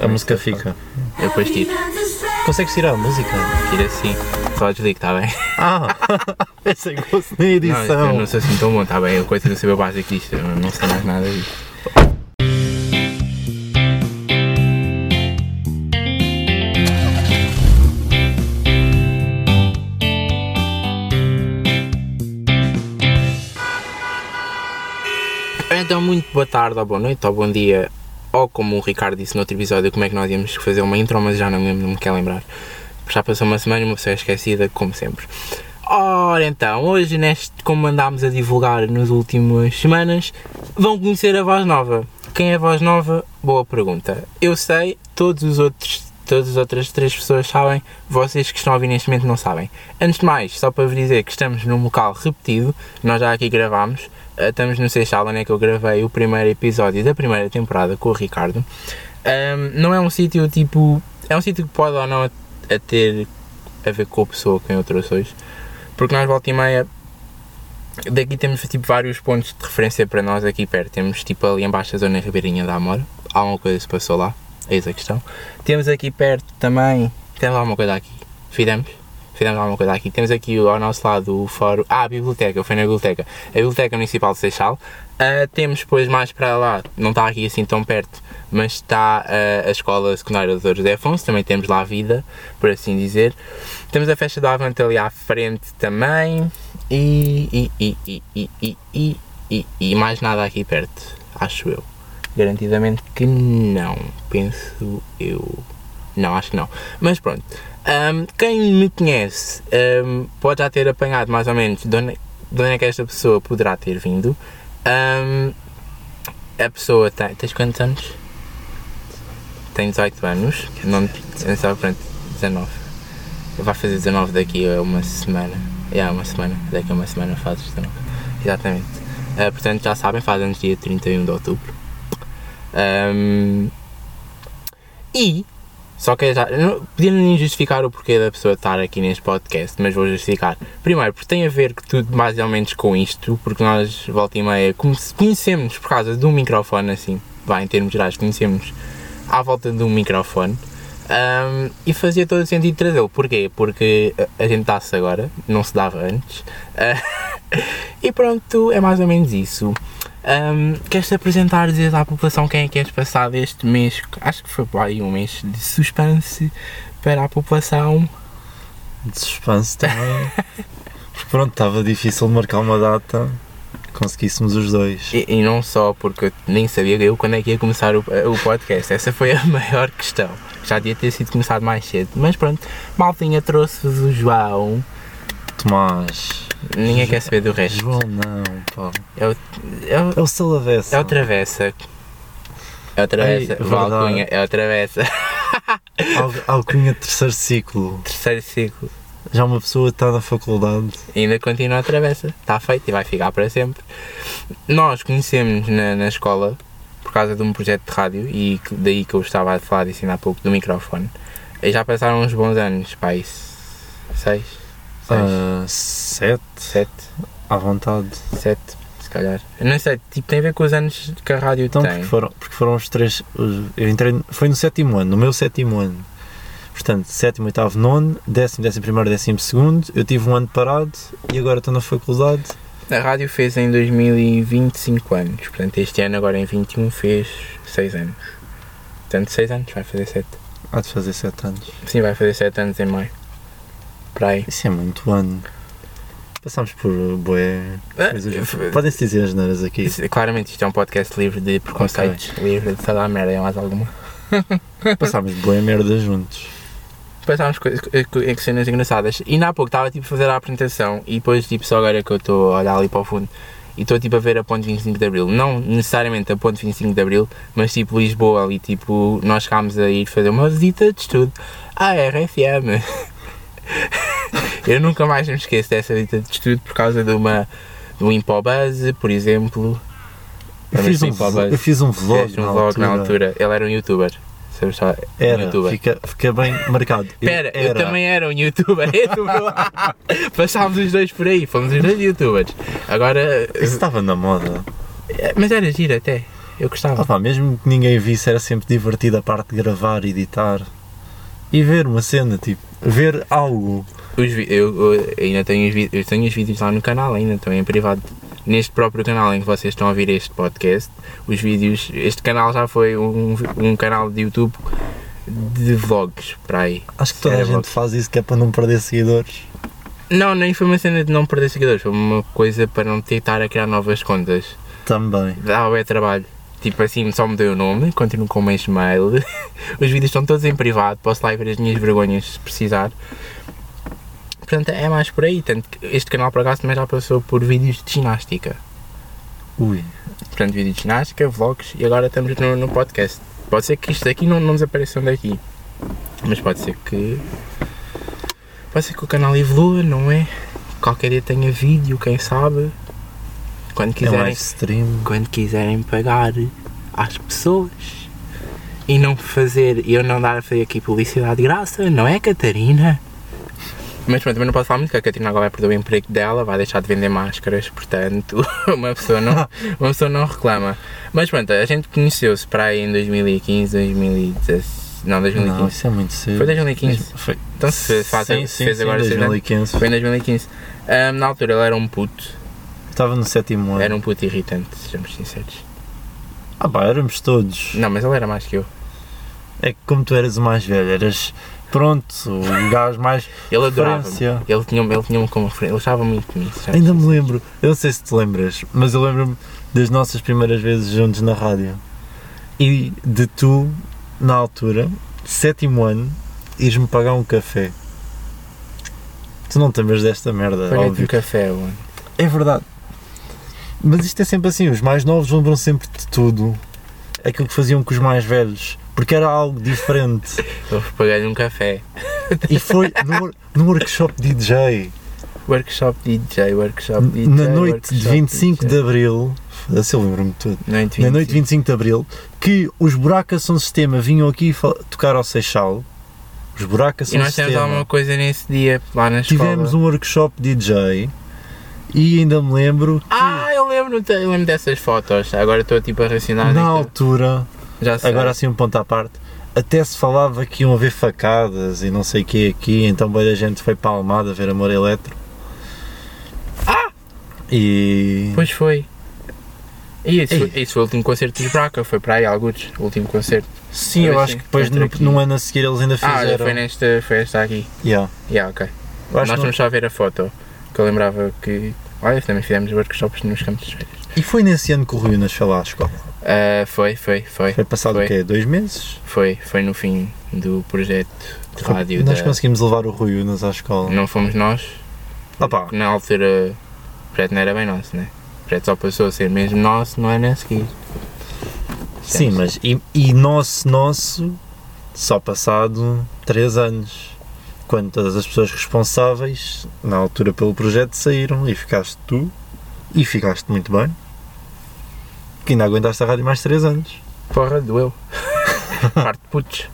A música fica. Eu depois tiro. Consegues tirar a música? Tira assim. Só desligo, tá bem? Ah! Pensei que fosse na edição. Não, eu não sou assim tão bom, tá bem? Eu coisa de saber básico disto. Eu não sei mais nada disto. Então, muito boa tarde, ou boa noite, ou bom dia, ou como o Ricardo disse no outro episódio, como é que nós íamos fazer uma intro, mas já não me lembro, não me quer lembrar. Já passou uma semana e uma pessoa é esquecida, como sempre. Ora então, hoje, neste, como andámos a divulgar nas últimas semanas, vão conhecer a voz nova. Quem é a voz nova? Boa pergunta. Eu sei, todos os outros, todas as outras três pessoas sabem, vocês que estão a ouvir neste momento não sabem. Antes de mais, só para vos dizer que estamos num local repetido, nós já aqui gravámos, eh, estamos no Seixal, onde é que eu gravei o primeiro episódio da primeira temporada com o Ricardo. Ahm, não é um sítio tipo. É um sítio que pode ou não a, a ter a ver com a pessoa que eu trouxe hoje, porque nós volta e meia. Daqui temos tipo vários pontos de referência para nós aqui perto. Temos tipo ali embaixo da zona Ribeirinha da Amora, alguma coisa se passou lá, eis a questão. Temos aqui perto também. Temos alguma coisa aqui. Fizemos? Fizemos alguma coisa aqui. Temos aqui ao nosso lado o fórum. Ah, a biblioteca, eu fui na biblioteca. A Biblioteca Municipal de Seixal. Ah, temos depois mais para lá, não está aqui assim tão perto, mas está ah, a Escola Secundária de Douros de Afonso, também temos lá a vida, por assim dizer. Temos a festa da Avante ali à frente também. E. e. e. e. e. e. e, e, e mais nada aqui perto, acho eu. Garantidamente que não, penso eu. Não, acho que não. Mas pronto. Ahm, quem me conhece ahm, pode já ter apanhado mais ou menos de onde, de onde é que esta pessoa poderá ter vindo. Ahm, a pessoa tem. Tens quantos anos? Tem 18 anos. Não, não sabe, pronto, 19. Vai fazer 19 daqui a uma semana. É, uma semana. Daqui a uma semana fazes 19. Exatamente. Ah, portanto, já sabem, faz anos dia 31 de outubro. Ahm, e só que já. não- Podia nem justificar o porquê da pessoa estar aqui neste podcast, mas vou justificar. Primeiro, porque tem a ver que tudo mais ou menos com isto, porque nós, volta e meia, come- conhecemos por causa de um microfone assim, vá, em termos gerais, conhecemos à volta de um microfone. ahm, e fazia todo o sentido trazê-lo. Porquê? Porque a a gente dá-se agora, não se dava antes. Ah, e pronto, é mais ou menos isso. Ahm, queres-te apresentar, dizer à população quem é que és passado este mês, acho que foi por aí um mês de suspense para a população. é De suspense também. Porque pronto, estava difícil marcar uma data. Conseguíssemos os dois. E, e não só porque eu nem sabia eu quando é que ia começar o, o podcast. Essa foi a maior questão. Já devia ter sido começado mais cedo. Mas pronto, maltinha trouxe-vos o João. Tomás. Ninguém quer saber do resto. João não, pá. É o, É o Salavessa. é o Travessa. É o Travessa. Ai, verdade. Valcunha, é o Travessa. Al- Alcunha de terceiro ciclo. Terceiro ciclo. Já uma pessoa está na faculdade. ainda continua a travessa, está feito e vai ficar para sempre. Nós conhecemos na, na escola por causa de um projeto de rádio e que- daí que eu estava a falar disso ainda há pouco do microfone. E já passaram uns bons anos, pá, isso. Seis? Seis? Ah, sete. sete? À vontade. Sete, se calhar. Eu Não sei, tipo, tem a ver com os anos que a rádio Então, tem. porque foram, porque foram os três. os- eu entrei. Foi no sétimo ano, no meu sétimo ano. Portanto, sétimo, oitavo, nono, décimo, décimo primeiro, décimo segundo. Eu tive um ano parado e agora estou na faculdade. A rádio fez em 2025 anos, portanto este ano agora em 21 fez seis anos. Portanto, seis anos, vai fazer sete. Há de fazer sete anos. Sim, vai fazer sete anos em maio. Para aí. Isso é muito ano. Passámos por uh, bué. Ah, coisas- Podem-se dizer as neiras aqui. Isso- Claramente isto é um podcast livre de preconceitos, livre de toda a merda, é mais alguma. Passámos bué merda juntos. Passámos co- co- co- em cenas engraçadas. E na pouco estava tipo a fazer a apresentação e depois tipo só agora que eu estou a olhar ali para o fundo e estou tipo a ver a ponte 25 de Abril. Não necessariamente a ponte 25 de Abril, mas tipo Lisboa ali, tipo, nós chegámos a ir fazer uma visita de estudo à RFM. eu nunca mais me esqueço dessa visita de estudo por causa de uma do Impobase, por exemplo. Eu Também fiz, um, sim, pá, vlo- mas eu fiz um vlog, Fez um vlog na altura. Ele era um youtuber. Sabes só? um Era, youtuber. fica, fica bem marcado. Eu Espera, eu, era. também era um youtuber. é do meu- Passámos os dois por aí, fomos os dois youtubers. Agora. Isso estava na moda. Mas era giro até. Eu gostava. Ah, pá, mesmo que ninguém visse, era sempre divertido a parte de gravar, editar e ver uma cena, tipo, ver algo. Os vi- eu, eu ainda tenho os, vi- eu tenho os vídeos lá no canal, ainda estão em privado. Neste próprio canal em que vocês estão a ouvir este podcast, os vídeos. Este canal já foi um, um canal de YouTube de vlogs para aí. Acho que toda Era a gente logo. faz isso que é para não perder seguidores. Não, nem foi uma cena de não perder seguidores, foi uma coisa para não ter que estar a criar novas contas. Também. Dá bem trabalho. Tipo assim, só mudei o nome, continuo com o meu Gmail. Os vídeos estão todos em privado, posso lá ver as minhas vergonhas se precisar. Portanto, é mais por aí. Tanto que este canal, por acaso, também já passou por vídeos de ginástica. Ui. é Portanto, vídeos de ginástica, vlogs e agora estamos no, no podcast. Pode ser que isto daqui não, não desapareçam daqui. Mas pode ser que. Pode ser que o canal evolua, não é? Qualquer dia tenha vídeo, quem sabe. Quando É quiserem live stream. quando quiserem pagar às pessoas e não fazer, e eu não dar a fazer aqui publicidade de graça, não é Catarina? Mas pronto, também não posso falar muito, porque a Catarina agora vai perder o emprego dela, vai deixar de vender máscaras, portanto, uma pessoa não, uma pessoa não reclama. Mas pronto, a gente conheceu-se para aí em 2015, 2016, não, 2015. Não, isso é muito cedo. Foi 2015. Foi. Então se fez, faz- sim, se sim, fez sim, agora seis anos. 2015. Foi em 2015. Ahm, na altura ele era um puto, Estava no sétimo ano. era um puto irritante, sejamos sinceros. Ah pá, éramos todos. Não, mas ele era mais que eu. É que como tu eras o mais velho, eras pronto, o gajo mais. Ele adorava. Referência. Ele tinha-me ele tinha como referência. Ele gostava muito de mim. já. Ainda me lembro, eu não sei se te lembras, mas eu lembro-me das nossas primeiras vezes juntos na rádio. E de tu, na altura, sétimo ano, ires-me pagar um café. Tu não te lembras desta merda, Paguei-te um óbvio. café, mano. É verdade. Mas isto é sempre assim, os mais novos lembram sempre de tudo. Aquilo que faziam com os mais velhos. Porque era algo diferente. Eu paguei-lhe um café. E foi num, num workshop de DJ. Workshop DJ, workshop DJ. na noite de workshop 25 DJ. de Abril. Foda-se, eu lembro-me de tudo. Noite de Na noite de 25 de Abril, que os buracas são sistema vinham aqui fa- tocar ao Seixal. Os buracas E são nós temos alguma sistema. coisa nesse dia lá na escola. Tivemos um workshop de DJ e ainda me lembro que Ah, eu lembro, eu lembro dessas fotos. Agora estou tipo a racionar. na Não. altura Já sei. Agora assim um ponto à parte. Até se falava que iam haver facadas e não sei o que aqui, então boa da gente foi para a Almada ver Amor Eletro. Ah! E. Pois foi. E isso, Ei. isso foi o último concerto de Braca. Foi para aí, alguns. O último concerto. Sim, eu Foi acho assim, que depois entre no, aqui. num ano a seguir eles ainda Ah, olha, fizeram. foi nesta, foi esta aqui. Yeah. Yeah, ok. Eu acho Nós que não- vamos só ver a foto, que eu lembrava que. Olha, também fizemos workshops nos Campos dos Velhos. E foi nesse ano que o Rui Unas foi lá à escola. Ah, foi, foi, foi. Foi passado Foi. o quê? Dois meses? Foi, foi no fim do projeto de Foi- rádio. Nós da- Hum. conseguimos levar o Rui Unas à escola. Não fomos nós, Ah pá, na altura o projeto não era bem nosso, né? O projeto só passou a ser mesmo nosso, não é nem a seguir. sim, mas. E, e nosso, nosso, só passado três anos. Quando todas as pessoas responsáveis, na altura pelo projeto, saíram e ficaste tu. E ficaste muito bem. Que ainda aguentaste a rádio mais três anos. Porra, doeu. Parte de putos.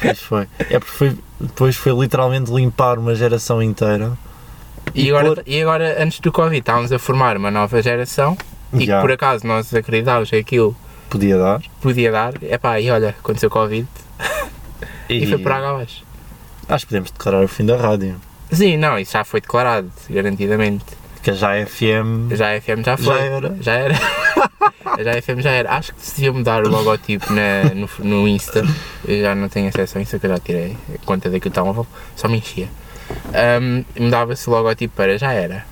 Pois foi. É porque foi, depois foi literalmente limpar uma geração inteira. E, E agora, por- e agora, antes do Covid, estávamos a formar uma nova geração e que Já por acaso nós acreditávamos que aquilo podia dar. podia dar. Epá, e olha, aconteceu Covid e, foi para abaixo. Acho que podemos declarar o fim da rádio. Sim, não, isso já foi declarado, garantidamente. Que já a FM Já a FM já já foi. era. Já era. Já a FM já era. Acho que se devia mudar o logotipo na, no, no Insta. Eu já não tenho acesso ao Insta, que eu já tirei a conta daquele telemóvel, só me enchia. Ahm, Mudava-se o logotipo para já era.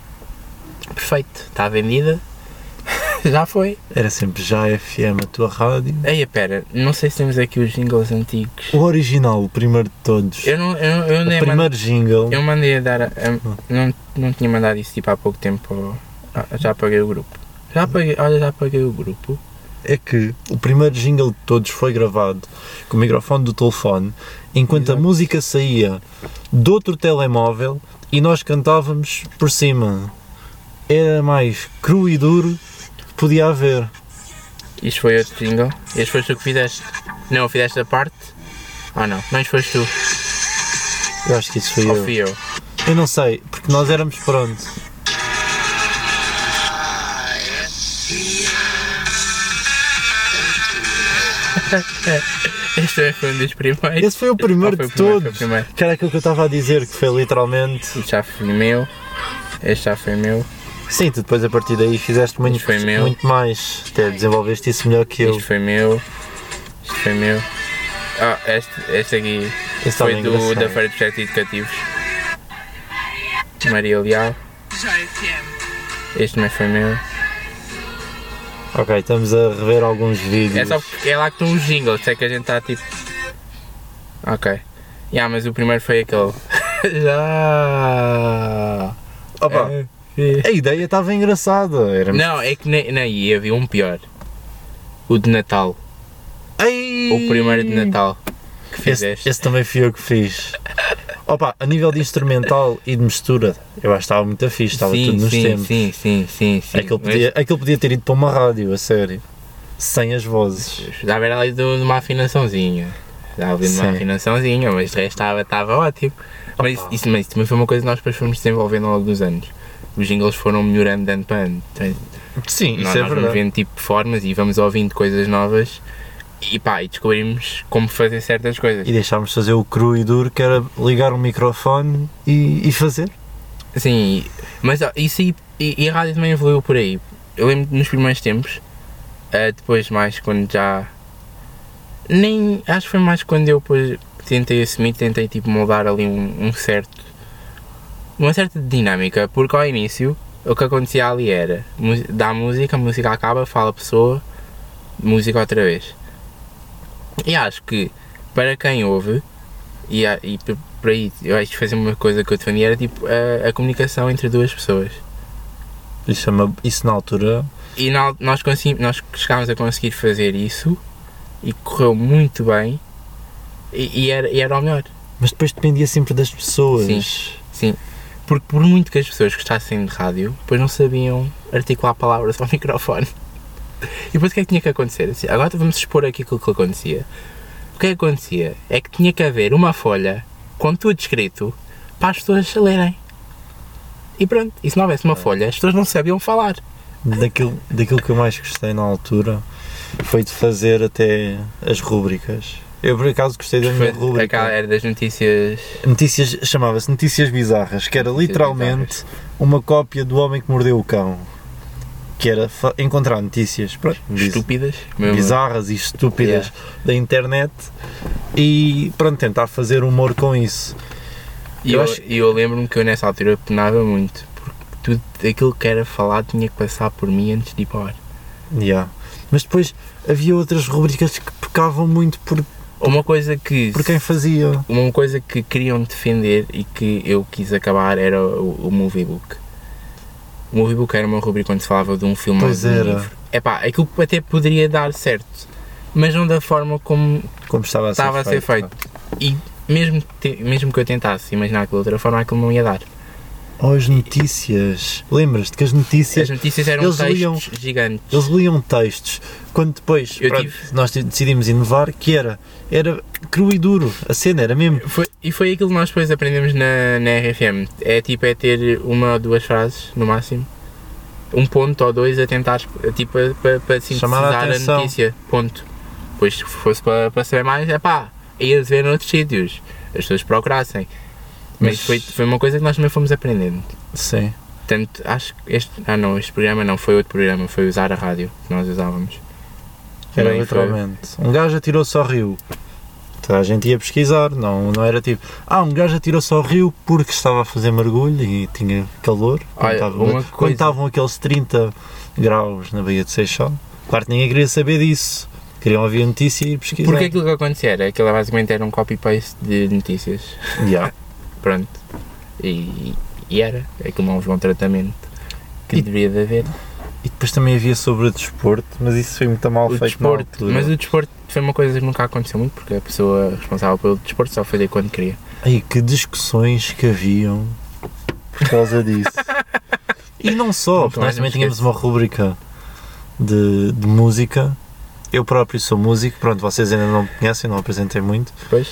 Perfeito, está vendida. Já foi. Era sempre já a FM, a tua rádio. Ei, pera, não sei se temos aqui os jingles antigos. O original, o primeiro de todos. Eu não, eu, eu o nem primeiro jingle. Eu mandei a dar. a- a- não, não tinha mandado isso tipo há pouco tempo. Ah, já apaguei o grupo. Já apaguei, olha, já apaguei o grupo. É que o primeiro jingle de todos foi gravado com o microfone do telefone, enquanto a Exato. música saía de outro telemóvel e nós cantávamos por cima. Era mais cru e duro que podia haver. Isto foi outro jingle. Este foste tu que fizeste. Não, fizeste a parte. Ah não, não, isto foste tu. Eu acho que isso foi Ou eu. fui eu. Eu não sei, porque nós éramos pronto. Este também foi um dos primeiros. Esse foi o primeiro Ah, foi o de todos. primeiro, foi o primeiro. Que era aquilo que eu estava a dizer, que foi literalmente. Este já foi meu. Este já foi meu. Sim, tu depois a partir daí fizeste muito, Isto foi meu. muito mais. Até desenvolveste isso melhor que eu. Este foi meu. Este foi meu. Ah, este, este aqui Esse estava foi do, da engraçado. Feira de Projetos Educativos. Maria Leal. JFM. Este também foi meu. É Ok, estamos a rever alguns vídeos. É só porque é lá que estão os jingles, é que a gente está tipo. Ok. Ya, mas o primeiro foi aquele. Já. Opa, É. a ideia estava engraçada. Era... Não, é que nem. Não, e havia um pior. O de Natal. Ei! O primeiro de Natal que Esse, fizeste. esse também fui eu que fiz. Opa, a nível de instrumental e de mistura, eu acho que estava muito fixe, estava sim, tudo nos sim, tempos. sim, sim, sim, sim. aquilo, podia, aquilo podia ter ido para uma rádio, a sério. Sem as vozes. Mas Dava era ali de um- de uma afinaçãozinha. Dava ali de uma Sim. afinaçãozinha, mas de resto estava, estava ótimo. Mas isso, Opa. isso- mas isso também foi uma coisa que nós depois fomos desenvolvendo ao longo dos anos. Os jingles foram melhorando de ano para ano. Então, Sim, nós, nós vamos vendo tipo formas e vamos ouvindo coisas novas e pá, e descobrimos como fazer certas coisas. E deixámos de fazer o cru e duro, que era ligar o microfone e, e fazer. Sim, Assim, mas ó, isso aí, e, e a rádio também evoluiu por aí. Eu lembro nos primeiros tempos, ah, depois mais quando já. Nem. Acho que foi mais quando eu depois tentei assumir, tentei tipo moldar ali um, um certo. Uma certa dinâmica, porque ao início o que acontecia ali era: mu- dá música, a música acaba, fala a pessoa, música outra vez. E acho que para quem ouve, e, a- e p- por aí, eu acho que fazer uma coisa que eu defendia era tipo a, a comunicação entre duas pessoas. Isso, é uma- isso na altura. E na- nós, consegui- nós chegámos a conseguir fazer isso e correu muito bem e, e era, e era o melhor. Mas depois dependia sempre das pessoas. Sim. Porque por muito que as pessoas gostassem de rádio, depois não sabiam articular palavras ao microfone. E depois o que é que tinha que acontecer? Assim, Agora vamos expor aqui aquilo que acontecia. O que é que acontecia? É que tinha que haver uma folha com tudo escrito para as pessoas lerem. E pronto, e se não Ah. houvesse uma folha, as pessoas não sabiam falar. Daquilo, daquilo que eu mais gostei na altura foi de fazer até as rúbricas. Eu por acaso gostei da minha Foi- rúbrica. Aquela era das notícias. Notícias, chamava-se Notícias Bizarras, que era Notícias literalmente uma cópia do Homem que Mordeu o Cão. Que era fa- encontrar notícias pronto, biz- estúpidas, mesmo. bizarras e estúpidas da internet e pronto, tentar fazer humor com isso. E Eu eu, acho- e eu lembro-me que eu nessa altura penava muito, porque tudo aquilo que era falado tinha que passar por mim antes de ir para o ar. Yeah. Mas depois havia outras rubricas que pecavam muito por, Uma coisa que por quem fazia. uma coisa que queriam defender e que eu quis acabar era o, o moviebook. O moviebook era uma rubrica onde se falava de um filme Pois ou de um era. livro. Epá, aquilo até poderia dar certo, mas não da forma como Como estava a ser estava a ser feito. E mesmo que, te- mesmo que eu tentasse imaginar aquilo de outra forma, aquilo não ia dar. Ou as notícias. Lembras-te que as notícias. As notícias eram eles textos liam- gigantes. Eles liam textos. Quando depois Eu pronto, tive- nós te- decidimos inovar, que era, era cru e duro. A cena era mesmo. Foi- e foi aquilo que nós depois aprendemos na, na RFM. É tipo, é ter uma ou duas frases, no máximo. Um ponto ou dois a tentar, tipo, para, para Chamar a sintetizar a, atenção. notícia. Ponto. Pois se fosse para, para saber mais, é pá, ias ver noutros sítios. As pessoas procurassem. Mas, Mas- foi, foi uma coisa que nós também fomos aprendendo. Sim. Tanto, acho que este. Ah, não, este programa não foi outro programa, foi usar a rádio que nós usávamos. Era Também foi- literalmente. Um gajo atirou-se ao rio. Então a gente ia pesquisar, não, não era tipo. Ah, um gajo atirou-se ao rio porque estava a fazer mergulho e tinha calor. Quando, Olha, estava- uma quando coisa- estavam aqueles 30 graus na Baía de Seixal. Claro que ninguém queria saber disso. Queriam ouvir a notícia e ir pesquisar. Porque aquilo que acontecia era, aquilo basicamente era um copy-paste de notícias. Yeah. Pronto. E, e era. Aquilo não houve um tratamento que E- deveria de haver. E depois também havia sobre o desporto, mas isso foi muito mal O feito. na desporto, altura. mas o desporto foi uma coisa que nunca aconteceu muito, porque a pessoa responsável pelo desporto só fazia quando queria. Ai, que discussões que haviam por causa disso. e não só, Nunca porque mais nós me também tínhamos esqueço. uma rubrica de, de música. Eu próprio sou músico, pronto, vocês ainda não me conhecem, não apresentei muito. Depois,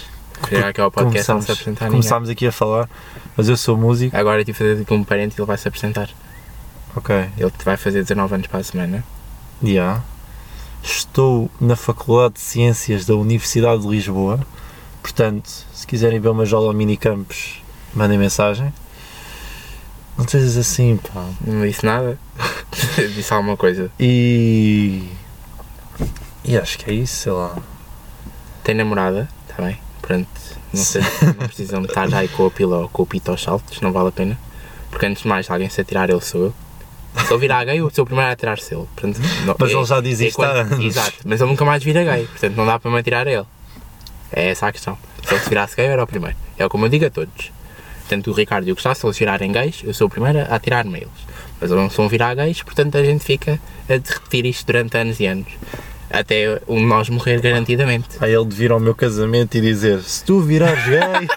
chegar aqui ao podcast não Começámos, se apresentar ninguém. começámos aqui a falar, mas eu sou músico. Agora tive de fazer com um parente e ele vai se apresentar. Ok, Ele vai fazer 19 anos para a semana. já. Estou na Faculdade de Ciências da Universidade de Lisboa. Portanto, se quiserem ver uma jola ao minicampos, mandem mensagem. Não sejas assim, pá. Não disse nada. disse alguma coisa. E. E acho que é isso, sei lá. Tem namorada, está bem? Pronto, não, sei, não precisam de estar aí com a pila ou com o pito aos saltos, não vale a pena. Porque antes de mais, se alguém se atirar, ele sou eu. Se eu vir a gay, eu sou o primeiro a atirar-se ele. Portanto, não- Mas é- ele já diz é isto há quando- anos. Exato, mas ele nunca mais vira gay, portanto não dá para me atirar a ele. É essa a questão. Se ele se virasse gay, eu era o primeiro. É como eu digo a todos. Tanto o Ricardo e o Gustavo, se eles virarem gays, eu sou o primeiro a atirar-me a eles. Mas eles não são virar gays, portanto a gente fica a repetir isto durante anos e anos. Até um de nós morrer garantidamente. Aí ele de vir ao meu casamento e dizer: Se tu virares gay.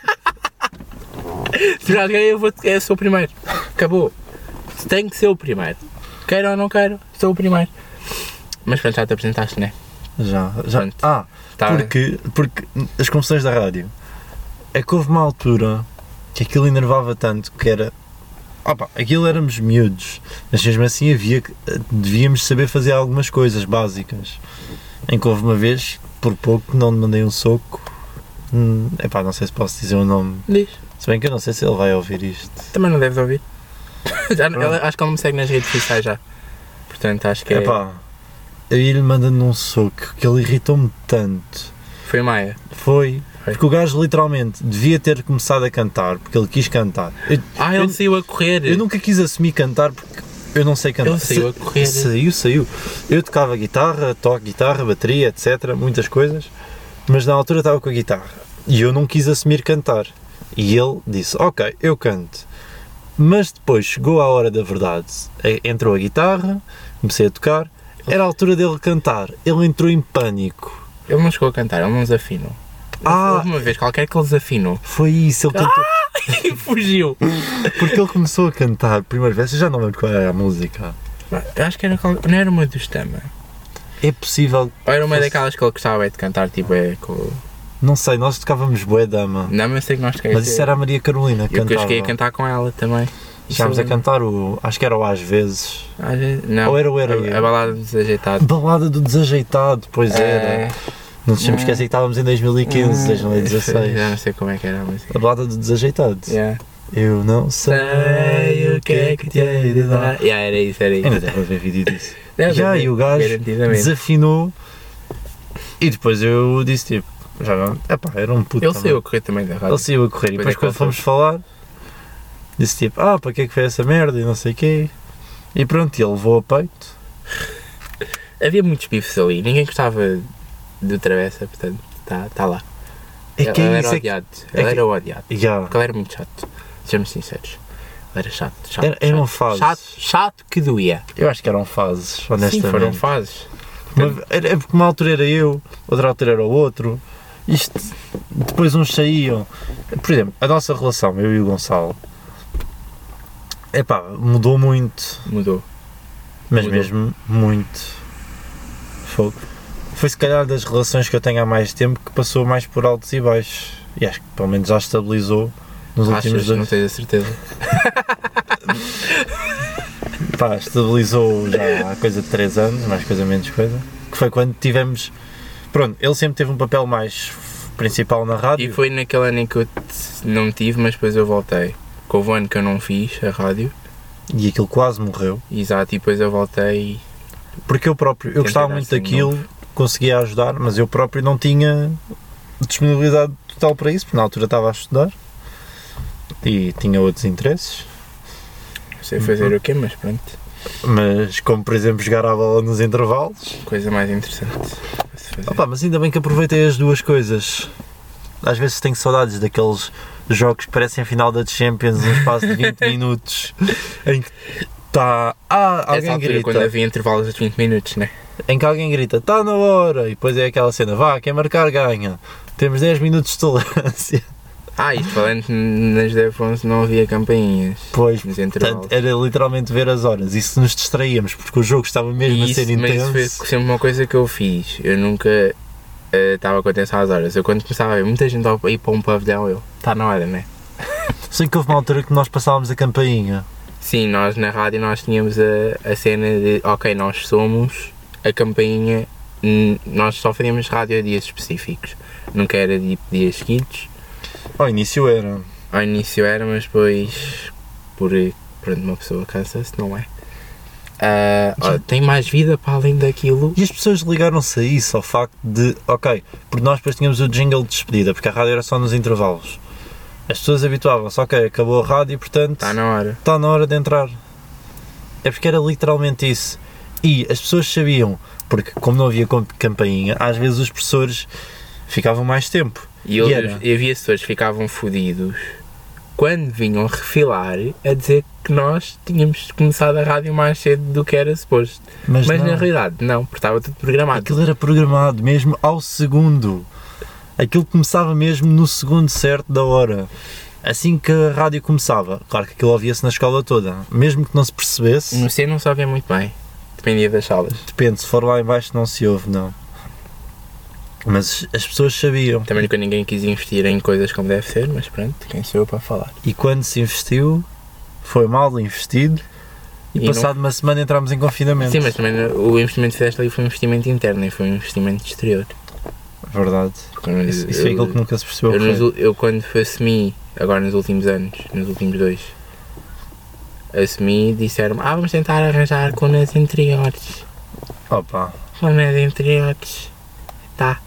Se virar gay, eu, vou, eu sou o primeiro. Acabou. Tenho que ser o primeiro. Quero ou não quero, sou o primeiro. Mas pronto, já te apresentaste, né? já, já. Pronto. Ah, Tá bem. porque, porque as confusões da rádio. É que houve uma altura que aquilo enervava tanto que era. Opa, aquilo éramos miúdos, mas mesmo assim havia que- devíamos saber fazer algumas coisas básicas. Em que houve uma vez, por pouco, não lhe mandei um soco. Hum, epá, não sei se posso dizer o nome. Diz. Se bem que eu não sei se ele vai ouvir isto. Também não deves ouvir. Já não- ela- acho que ela me segue nas redes sociais já. Portanto, acho que é- Epá, eu ia-lhe mandando um soco que ele irritou-me tanto. foi Maia. Foi. Foi. Porque o gajo literalmente devia ter começado a cantar, porque ele quis cantar. Eu, Ah, ele eu- saiu a correr. eu nunca quis assumir cantar porque eu não sei cantar. Ele saiu a Sa- correr. Saiu, saiu. Eu tocava guitarra, toco guitarra, bateria, etc. Muitas coisas. Mas na altura estava com a guitarra. E eu não quis assumir cantar. E ele disse: Ok, eu canto. Mas depois chegou a hora da verdade. E- Entrou a guitarra, comecei a tocar. Era a altura dele cantar. Ele entrou em pânico. Ele não chegou a cantar, ele Ah! não desafinou. Ah. Houve uma vez qualquer que ele desafinou Foi isso, ele cantou. e fugiu. Porque ele começou a cantar, primeiro verso, eu já não lembro qual era a música. Eu acho que era qual... não era uma dos Tama. É possível, Ou era uma Fosse- daquelas que ele gostava é de cantar, tipo, é com. não sei, nós tocávamos Boé Dama, Não, mas eu sei que nós mas isso era a Maria Carolina que Eu que eu cantava. cheguei a cantar com ela também. E Chegámos Isso a cantar o, acho que era o Às Vezes, Às vezes- Não. Ou era o Era A, Eu. a balada dos ajeitados. Balada do Desajeitado, pois era. É, Não nos esquecer que estávamos em 2015, Já não 2016. sei como é que era a música. A Balada do Desajeitado. Yeah. Eu não sei o que é que te hei de dar. Yeah, era isso, era isso. Ainda deve haver vídeo disso. Deve Já, haver, e o gajo garantidamente. desafinou e depois eu disse tipo, já não, epá, era um puto Ele também. saiu a correr também da rádio. Ele saiu a correr e depois Depois é que quando ele fomos falar disse tipo, ah, para que é que foi essa merda e não sei o quê. E pronto, ele levou a peito. Havia muitos bifes ali, ninguém gostava do Travessa, portanto, está tá lá. É ele que ele é era isso é que... odiado. Ele que- era odiado. Ya. Porque ele era muito chato, sejamos sinceros. Ele era chato, chato. Era- eram chato, fases. chato, chato que doía. Eu acho que eram fases, honestamente. Sim, foram fases. Uma- era- é porque uma altura era eu, outra altura era o outro. Isto, depois uns saíam. Por exemplo, a nossa relação, eu e o Gonçalo, epá, mudou muito, Mudou. mas Mudou. mesmo muito. Fogo. Foi se calhar das relações que eu tenho há mais tempo que passou mais por altos e baixos. E acho que pelo menos já estabilizou nos últimos Achas, não dois. tens a certeza. Pá, estabilizou já há coisa de 3 anos, mais coisa menos coisa. Que foi quando tivemos. Pronto, ele sempre teve um papel mais f- principal na rádio. E foi naquele ano em que eu t- não tive, mas depois eu voltei. Que houve um ano que eu não fiz a rádio, E aquilo quase morreu. exato, e tipo, depois eu voltei. Porque eu próprio, eu Tentei gostava dar muito assim um daquilo, conseguia ajudar, mas eu próprio não tinha disponibilidade total para isso, porque na altura estava a estudar e tinha outros interesses. Não sei fazer Uhum. o quê, mas pronto. Mas como por exemplo jogar à bola nos intervalos. Coisa mais interessante para se fazer. Opa, mas ainda bem que aproveitei as duas coisas. Às vezes tenho saudades daqueles jogos que parecem a final da Champions num espaço de 20 minutos em que está. Ah, Essa alguém altura, grita. quando é havia intervalos de 20 minutos, né? em que alguém grita, está na hora, e depois é aquela cena, vá, quem marcar ganha. Temos 10 minutos de tolerância. Ah, isto falando nas Defons não havia campainhas Pois, é nos portanto, intervalos. era literalmente ver as horas. E se nos distraíamos, porque o jogo estava mesmo E a ser isso- mas intenso. isso foi sempre uma coisa que eu fiz. Eu nunca eh, estava com atenção às horas. Eu quando começava a ver muita gente a ir para um pavilhão, eu, está na hora, né? Sei que houve uma altura que nós passávamos a campainha. Sim, nós na rádio nós tínhamos a, a cena de ok, nós somos a campainha hum, nós só fazíamos rádio a dias específicos. Nunca era de dias seguidos. Ao início era. Ao início era, mas depois por pronto, uma pessoa cansa-se, não é? Ah, ó, tem mais vida para além daquilo. E as pessoas ligaram-se a isso, ao facto de, ok, porque nós depois tínhamos o jingle de despedida, porque a rádio era só nos intervalos. As pessoas habituavam-se, ok, acabou a rádio, portanto, Está Tá na hora. está Tá na hora de entrar. É porque era literalmente isso. E as pessoas sabiam, porque como não havia com- campainha, às vezes os professores ficavam mais tempo. E, E outros- era. e havia pessoas que ficavam fodidos quando vinham refilar a dizer que nós tínhamos começado a rádio mais cedo do que era suposto. Mas, Mas, não, na realidade, não, porque estava tudo programado. aquilo era programado mesmo ao segundo. Aquilo começava mesmo no segundo certo da hora. Assim que a rádio começava, claro que aquilo ouvia-se na escola toda, mesmo que não se percebesse, No C não se ouvia muito bem, dependia das salas. depende, se for lá em baixo não se ouve, não. Mas as pessoas sabiam. Também nunca ninguém quis investir em coisas como deve ser, mas pronto, quem sou eu para falar? E quando se investiu, foi mal investido. E, E passado uma semana entramos em confinamento. Sim, mas também o investimento que fizeste ali foi um investimento interno e foi um investimento exterior. Verdade. Porque eu não- Isso, isso é eu- aquilo que nunca se percebeu. eu, que nos foi. ul- eu quando assumi, agora nos últimos anos, nos últimos dois, assumi e disseram ah, vamos tentar arranjar colunas interiores. Opa, Colunas interiores. Tá.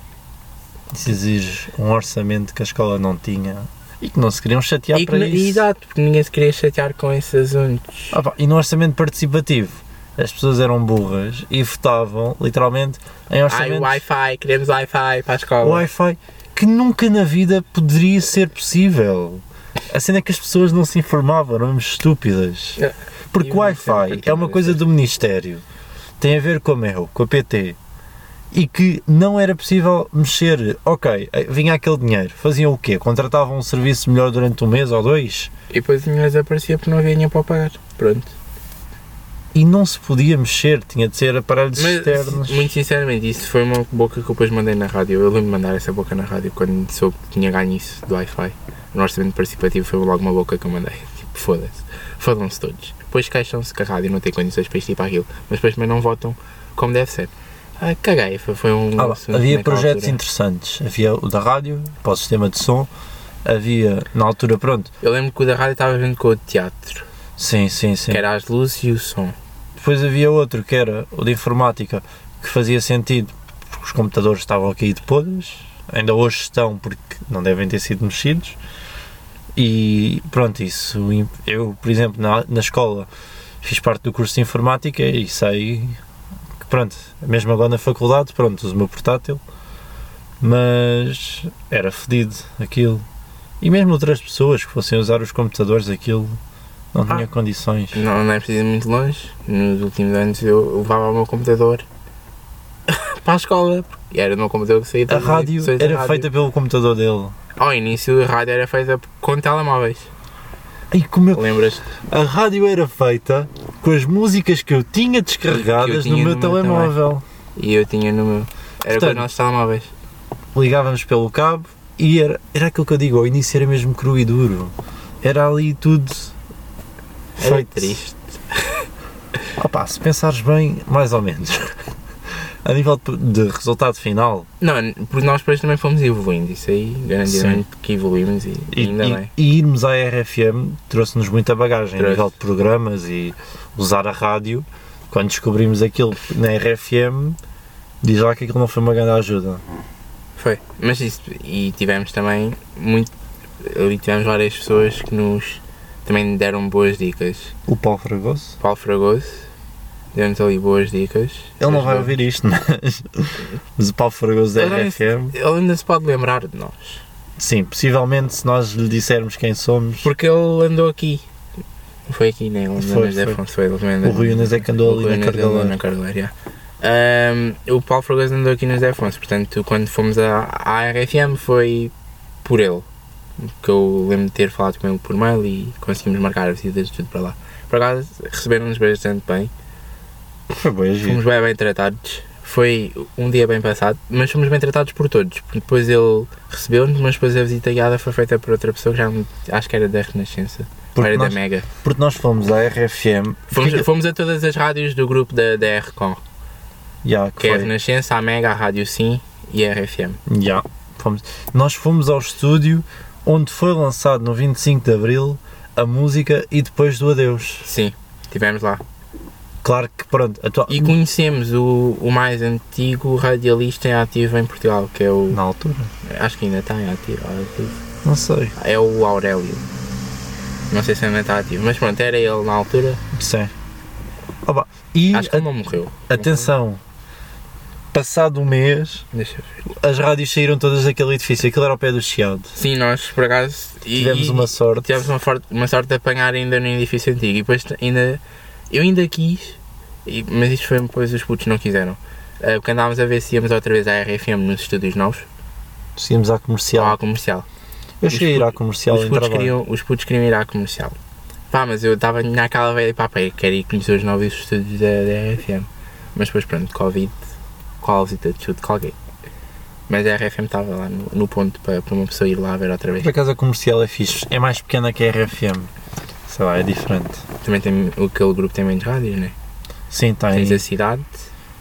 isso exige um orçamento que a escola não tinha e que não se queriam chatear E que, para n- isso. exato, porque ninguém se queria chatear com esses assuntos. Opa, e no orçamento participativo, as pessoas eram burras e votavam literalmente em Ai, orçamentos Wi-Fi, queremos Wi-Fi para a escola. Wi-Fi que nunca na vida poderia ser possível. A cena é que as pessoas não se informavam, eram mesmo estúpidas. É. Porque E o Wi-Fi Ministério é uma continua a coisa dizer. do Ministério, tem a ver com a MEL, com a PT, e que não era possível mexer. Ok, eh, vinha aquele dinheiro, faziam o quê? Contratavam um serviço melhor durante um mês ou dois? E depois o dinheiro desaparecia porque não havia dinheiro para pagar. Pronto. E não se podia mexer, tinha de ser aparelhos externos. Mas, muito sinceramente, isso foi uma boca que eu depois mandei na rádio. Eu lembro de mandar essa boca na rádio quando soube que tinha ganho isso do Wi-Fi. No orçamento participativo foi logo uma boca que eu mandei. Tipo, foda-se. Fodam-se todos. Depois queixam-se que a rádio não tem condições para isto e para aquilo. Mas depois também não votam como deve ser. Ah, caguei. Foi, foi um. Ah, lá, assunto havia naquela projetos altura. interessantes. Havia o da rádio, para o sistema de som. Havia, na altura, pronto. Eu lembro que o da rádio estava junto com o teatro. Sim, sim, sim. Que era as luzes e o som. Depois havia outro que era o de informática, que fazia sentido porque os computadores estavam aqui de podres. Ainda hoje estão porque não devem ter sido mexidos. E pronto, isso. Eu, por exemplo, na, na escola fiz parte do curso de informática e sei que, pronto, mesmo agora na faculdade, pronto, uso o meu portátil, mas era fedido aquilo. E mesmo outras pessoas que fossem usar os computadores, aquilo não tinha Ah. condições. Não, não é preciso ir muito longe. Nos últimos anos eu levava o meu computador para a escola. porque Era o meu computador que saía A todas as rádio edições da era rádio. feita pelo computador dele. Ao início a rádio era feita com telemóveis. Ai, como eu- Lembras? A rádio era feita com as músicas que eu tinha descarregadas Que eu tinha no meu no meu telemóvel. E eu tinha no meu. Era com Portanto, os nossos telemóveis. Ligávamos pelo cabo e era, era aquilo que eu digo, ao início era mesmo cru e duro. Era ali tudo Era feito. triste. Opa, se pensares bem, mais ou menos. A nível de- de resultado final, Não, porque nós depois também fomos evoluindo. Isso aí, garantidamente que evoluímos e, e E, ainda e- bem. e irmos à RFM trouxe-nos muita bagagem a Trouxe. nível de programas e usar a rádio. Quando descobrimos aquilo na RFM, diz lá que aquilo não foi uma grande ajuda. Foi. Mas isso, e tivemos também muito. Ali tivemos várias pessoas que nos também deram boas dicas. O Paulo Fragoso? Paulo Fragoso deu-nos ali boas dicas. Ele não vai ouvir isto, mas, mas o Paulo Fragoso da Ele não- RFM. Ele ainda se pode lembrar de nós. Sim, possivelmente se nós lhe dissermos quem somos, Porque ele andou aqui. Não foi aqui, né? Ele andou Foi, na José foi. Afonso, foi. ele também o andou- Rui Unas é que andou o ali Rui na Unas andou Cardelar. na Cardelar, já. Ahm, o Paulo Fragoso andou aqui no José Afonso, portanto, quando fomos à, à RFM foi por ele. Que eu lembro de ter falado com ele por mail e conseguimos marcar as visitas de tudo para lá. Por acaso, receberam-nos bastante bem. Foi boa, giro. Fomos bem, bem tratados. Foi um dia bem passado, mas fomos bem tratados por todos. porque Depois ele recebeu-nos, mas depois a visita guiada foi feita por outra pessoa que já não- acho que era da Renascença. ou Porque era nós, da Mega. porque nós fomos à RFM. Fomos, Porque- fomos a todas as rádios do grupo da, da RCOM. Yeah, que que é a foi. Renascença, a Mega, a Rádio Sim e a RFM. Yeah. Fomos- Nós fomos ao estúdio onde foi lançado no 25 de Abril a música e depois do Adeus. Sim, estivemos lá. Claro que pronto, atua- E conhecemos o, o mais antigo radialista em ativo em Portugal, que é o. na altura, Acho que ainda está em ativo. é ativo. não sei. É o Aurélio. Não sei se ainda está ativo, mas pronto, era ele na altura. Sim. Opa, e Acho que a- ele não morreu. atenção, passado um mês, Deixa eu ver. as rádios saíram todas daquele edifício, aquilo era ao pé do Chiado. Sim, nós por acaso. e- Tivemos e- uma sorte. Tivemos uma, forte- uma sorte de apanhar ainda no edifício antigo. E depois t- ainda. Eu ainda quis, e- mas isto foi depois os putos não quiseram. Ah, porque andávamos a ver se íamos outra vez à RFM nos estúdios novos Seguimos à ou à comercial. comercial. Eu cheguei a ir à comercial Ah, os em putos, trabalho. queriam, os putos queriam ir à comercial. Pá, mas eu estava naquela velha pá, pá, eu quero ir conhecer os novos estúdios da, da RFM. Mas depois, pronto, Covid, qual a visita de chute, colguei. Mas a RFM estava lá no, no ponto para, para uma pessoa ir lá ver outra vez. Por acaso a comercial é fixe, é mais pequena que a RFM. Sei lá, é diferente. Também tem, aquele grupo tem menos rádios, né? Sim, tá tem. Tens a cidade,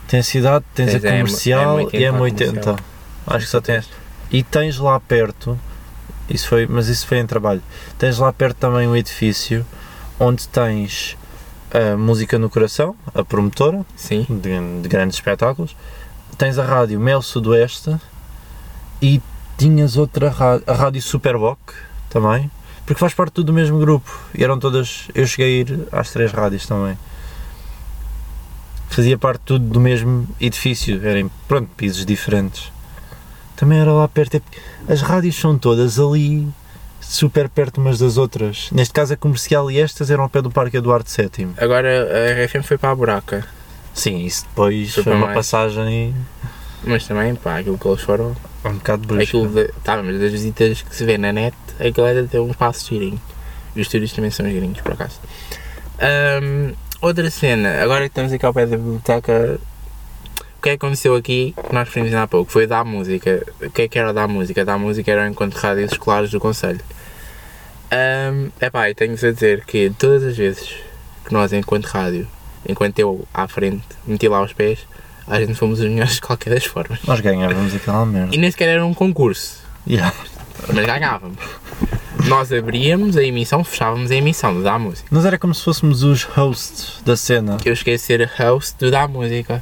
Tem a cidade, tens, Tens é a a M- comercial M80 e a lá M80. comercial. Acho que só tens. E tens lá perto, isso foi, mas isso foi em trabalho. Tens lá perto também um edifício onde tens a Música no Coração, a promotora sim. de, de grandes espetáculos. Tens a rádio Mel Sudoeste e tinhas outra rádio, a rádio Superboc também, porque faz parte tudo do mesmo grupo. E eram todas, eu cheguei a ir às três rádios também. Fazia parte tudo do mesmo edifício, eram, pronto, pisos diferentes. Também era lá perto, é porque as rádios são todas ali, super perto umas das outras. Neste caso a comercial e estas eram ao pé do Parque Eduardo VII. Agora a RFM foi para a buraca. Sim, isso depois Super foi uma mais. passagem Mas também, pá, aquilo que eles foram. um bocado brusca. Aquilo de, tá, mas das visitas que se vê na net, a galera tem um passo girinho. E os estúdios também são girinhos, por acaso. Ahm, outra cena, agora que estamos aqui ao pé da biblioteca, o que é que aconteceu aqui que nós referimos ainda há pouco? Foi da música. O que é que era da música? Da música era o encontro de rádios escolares do Conselho. É epá, e tenho-vos a dizer que todas as vezes que nós, enquanto rádio, enquanto eu à frente, meti lá os pés, a gente fomos os melhores de qualquer das formas. Nós ganhávamos aquela merda. E nem sequer era um concurso. Yeah. Mas ganhávamos. Nós abríamos a emissão, fechávamos a emissão do Da Música. Nós era como se fôssemos os hosts da cena. Eu cheguei a ser host do Da Música.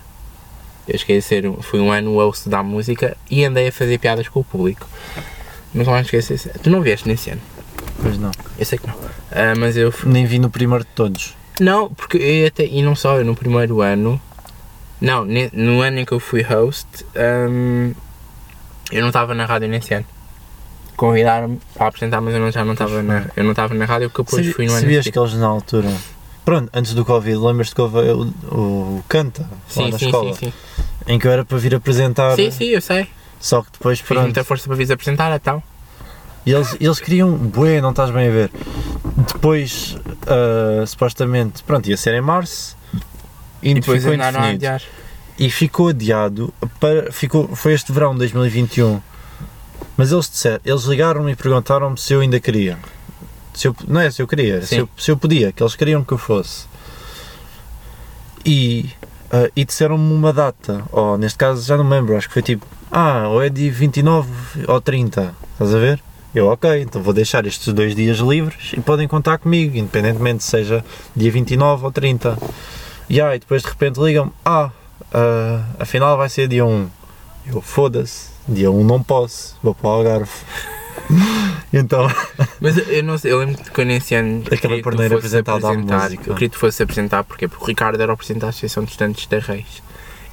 Eu cheguei a ser, fui um ano host do da música e andei a fazer piadas com o público. Nunca mais esqueci. isso. Tu não vieste nesse ano? Pois não. Eu sei que não. Ah, mas eu. fui- Nem vi no primeiro de todos. Não, porque eu até. E não só, eu no primeiro ano. Não, ne- no ano em que eu fui host, ahm, eu não estava na rádio nesse ano. Convidaram-me para apresentar, mas eu não- já não estava na, eu não estava na rádio porque eu depois Sabi- fui no ano a Sabias seguir. que eles na altura. Pronto, antes do Covid, lembras-te que houve o, o Canta lá Sim, na sim, escola? sim, sim. Em que eu era para vir apresentar. Sim, sim, eu sei. Só que depois, Fiz pronto. muita força para vos apresentar, então. E eles, eles queriam, bué, não estás bem a ver. Depois, ah, supostamente, pronto, ia ser em março e, é E depois ficou andaram a indefinido. adiar. E ficou adiado para. Ficou, foi este verão de 2021. Mas eles disseram, eles ligaram-me e perguntaram-me se eu ainda queria. Se eu, não é se eu queria, se Sim. eu, se eu podia, que eles queriam que eu fosse. E, ah, e disseram-me uma data, ou neste caso já não me lembro, acho que foi tipo, ah, ou é de 29 ou 30, estás a ver? Eu, ok, então vou deixar estes dois dias livres e podem contar comigo, independentemente se seja dia 29 ou 30. E aí, depois de repente ligam-me, ah, ah, afinal vai ser dia 1. Eu, foda-se, dia 1 não posso, vou para o Algarve. então, Mas eu- eu não sei, eu lembro que eu nesse ano. Acabei queria que por tu não ir fosses apresentar da música. Eu queria que tu fosses apresentar, porquê? Porque o Ricardo era o presidente da Associação de Estudantes da Reis.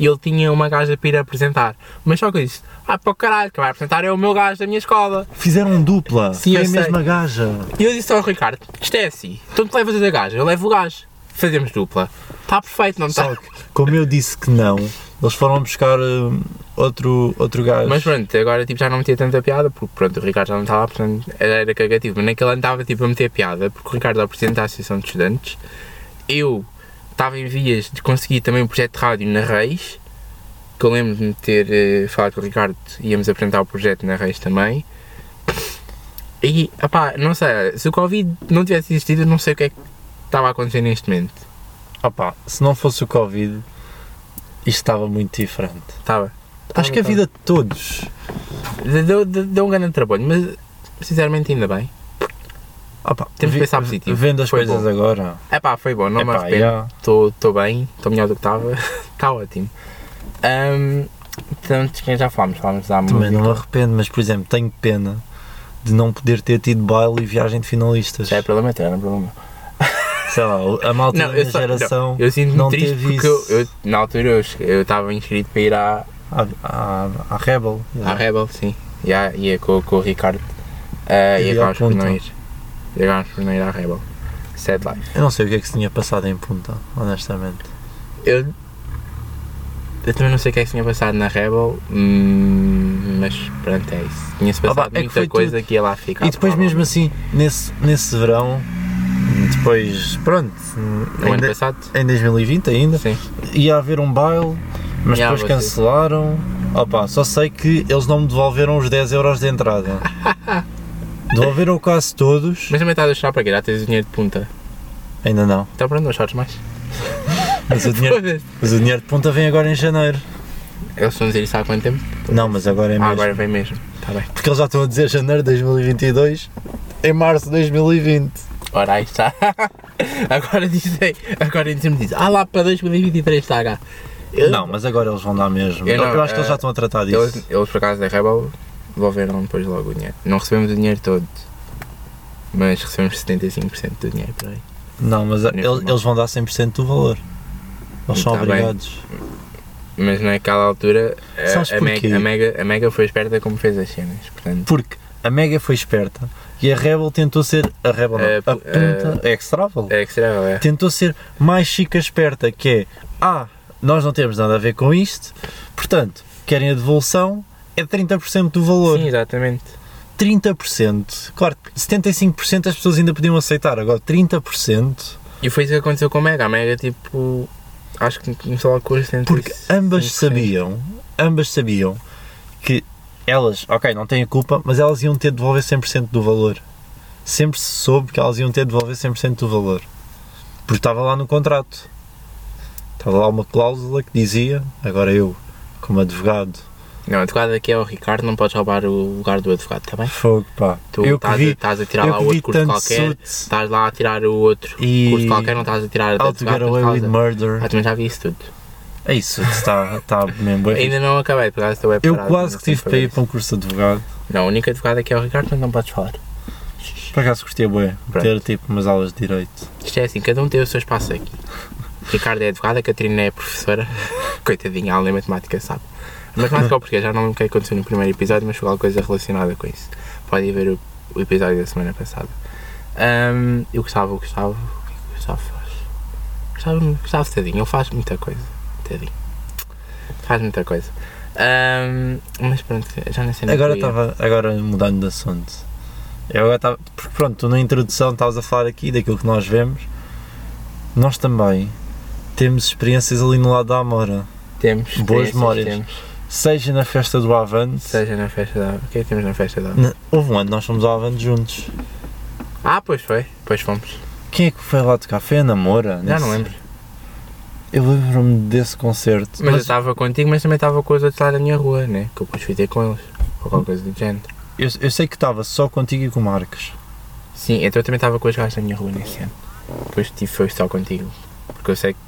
E ele tinha uma gaja para ir apresentar. Mas só que eu disse: Ah, para o caralho, que vai apresentar é o meu gajo da minha escola. fizeram dupla, Sim, foi eu a sei. mesma gaja. E eu disse ao Ricardo: Isto é assim, então tu levas o da gaja, eu levo o gajo. Fazemos dupla. Está perfeito, não tá." está? Só que, como eu disse que não, eles foram buscar hum, outro, outro gajo. Mas pronto, agora tipo, já não metia tanta piada, porque pronto, o Ricardo já não estava, portanto era, era cagativo. Mas naquele ano estava tipo, a meter piada, porque o Ricardo era o presidente da Associação de Estudantes. Eu estava em vias de conseguir também um projeto de rádio na Reis, que eu lembro de me ter eh, falado com o Ricardo, íamos apresentar o projeto na Reis também. E, opá, não sei, se o Covid não tivesse existido, eu não sei o que é que estava a acontecer neste momento. Opa, se não fosse o Covid, isto estava muito diferente. Estava. Acho que a vida de todos. Deu, deu, deu um grande trabalho, mas sinceramente ainda bem. Opa, Temos que pensar positivo. Vendo as Foi coisas bom. agora. É pá, foi bom, não me Epá, arrependo. yeah. Estou bem, estou melhor do que estava. Está ótimo. Ahm, portanto, quem já falámos? Falámos da Também não me música. arrependo, mas por exemplo, tenho pena de não poder ter tido baile e viagem de finalistas. Já é problema teu, não é problema. Sei lá, a malta da minha só- geração não, eu sinto-me não triste teve porque isso. eu, eu- na altura eu che- eu estava inscrito para ir à, à, à- à Rebel. né? à Rebel, sim. E à- ia com, com o Ricardo. Ah, E e à acabámos por Ponta. não ir. E acabámos por não ir à Rebel. Sad life. Eu não sei o que é que se tinha passado em Punta, honestamente. Eu, eu também não sei o que é que tinha passado na Rebel, hum, mas pronto, é isso. Tinha-se Ah, pá, é passado que muita foi coisa que ia lá ficar. e depois, né? mesmo assim, nesse, nesse verão, depois, pronto, No ano ainda- passado? em 2020 ainda, Sim. ia haver um baile, mas Yeah, depois vocês. cancelaram. Opa, só sei que eles não me devolveram os 10 euros de entrada. Devolveram quase todos. Mas também estás a achar para quê? Já tens o dinheiro de punta. Ainda não. Então pronto, não choras mais. Mas o dinheiro, Foda-se. mas o dinheiro de ponta vem agora em janeiro. Eles estão a dizer isso há quanto tempo? Não, mas agora é Ah, mesmo. agora vem mesmo. Está bem. Porque eles já estão a dizer janeiro de 2022 em março de 2020. Ora, aí está. agora dizem, agora em dezembro dizem, ah lá para 2023 está cá. Eu- Não, mas agora eles vão dar mesmo. Eu Eu, não, eu acho que eles eh, já estão a tratar disso. Eles, eles por acaso da Rebel devolveram depois logo o dinheiro. Não recebemos o dinheiro todo, mas recebemos 75% do dinheiro por aí. Não, mas Neste eles, momento. eles vão dar 100% do valor. Eles são Tá bem. obrigados. Mas naquela altura Sabes a, a, porquê? Mega, a, Mega, a Mega foi esperta como fez as cenas. Portanto, Porque a Mega foi esperta e a Rebel tentou ser. A Rebel não, Eh, a pu- Punta. é Extravel. é que será, é. Tentou ser mais chica esperta, que é. Ah, nós não temos nada a ver com isto, portanto, querem a devolução, é 30% do valor. Sim, exatamente. 30%. Claro, 75% das pessoas ainda podiam aceitar, agora 30%. E foi isso que aconteceu com a Mega. A Mega, tipo, acho que começou logo com os 75%. Porque ambas sabiam, ambas sabiam que elas, ok, não têm a culpa, mas elas iam ter de devolver 100% do valor. Sempre se soube que elas iam ter de devolver 100% do valor. Porque estava lá no contrato. Estava lá uma cláusula que dizia, agora eu, como advogado, Não, o advogado aqui é o Ricardo, não podes roubar o lugar do advogado, está bem? fogo pá, Tu eu que estás, a, vi, estás a tirar eu lá que o vi outro curso tanto qualquer, suits. estás lá a tirar o outro E- curso qualquer, não estás a tirar How to get advogado, away estás with a- murder. Ah, também já vi isso tudo. É isso, está, está mesmo bem. Ainda não acabei, por acaso estou bem Eu preparado, quase não que sei tive para ir isso. para um curso de advogado. Não, o único advogado aqui é o Ricardo, mas não podes falar. Por acaso gostia bem Pronto. ter tipo umas aulas de direito. Isto é assim, cada um tem o seu espaço aqui. Ricardo é advogado, a Catarina é professora. Coitadinha, ela nem matemática sabe. A matemática é o porquê, já não lembro o que é que aconteceu no primeiro episódio, mas foi alguma coisa relacionada com isso. Podem ver o, o episódio da semana passada. Ahm, e o Gustavo, o Gustavo, o que é que o Gustavo faz? O Gustavo, o Gustavo tadinho, ele faz muita coisa. Tadinho. Faz muita coisa. Ahm, mas pronto, já não sei onde é que Agora eu ia. estava agora mudando de assunto. Eu agora estava. Porque pronto, tu na introdução estavas a falar aqui daquilo que nós vemos. Nós também temos experiências ali no lado da Amora. Temos. Boas experiências, memórias. Temos. Seja na festa do Avante. Seja na festa da. O que é que temos na festa da. na- Houve um ano nós fomos ao Avante juntos. Ah, pois foi. Pois fomos. Quem é que foi lá tocar? Foi a Namora? Já nesse- não lembro. Eu lembro-me desse concerto. Mas, eu estava contigo, mas também estava com os outros lá da minha rua, né? Que eu depois fui ter com eles. Ou qualquer coisa do género. eu, eu sei que estava só contigo e com o Marcos. Sim, então eu também estava com os gajos da minha rua nesse ano. Depois tive foi só contigo. Porque eu sei que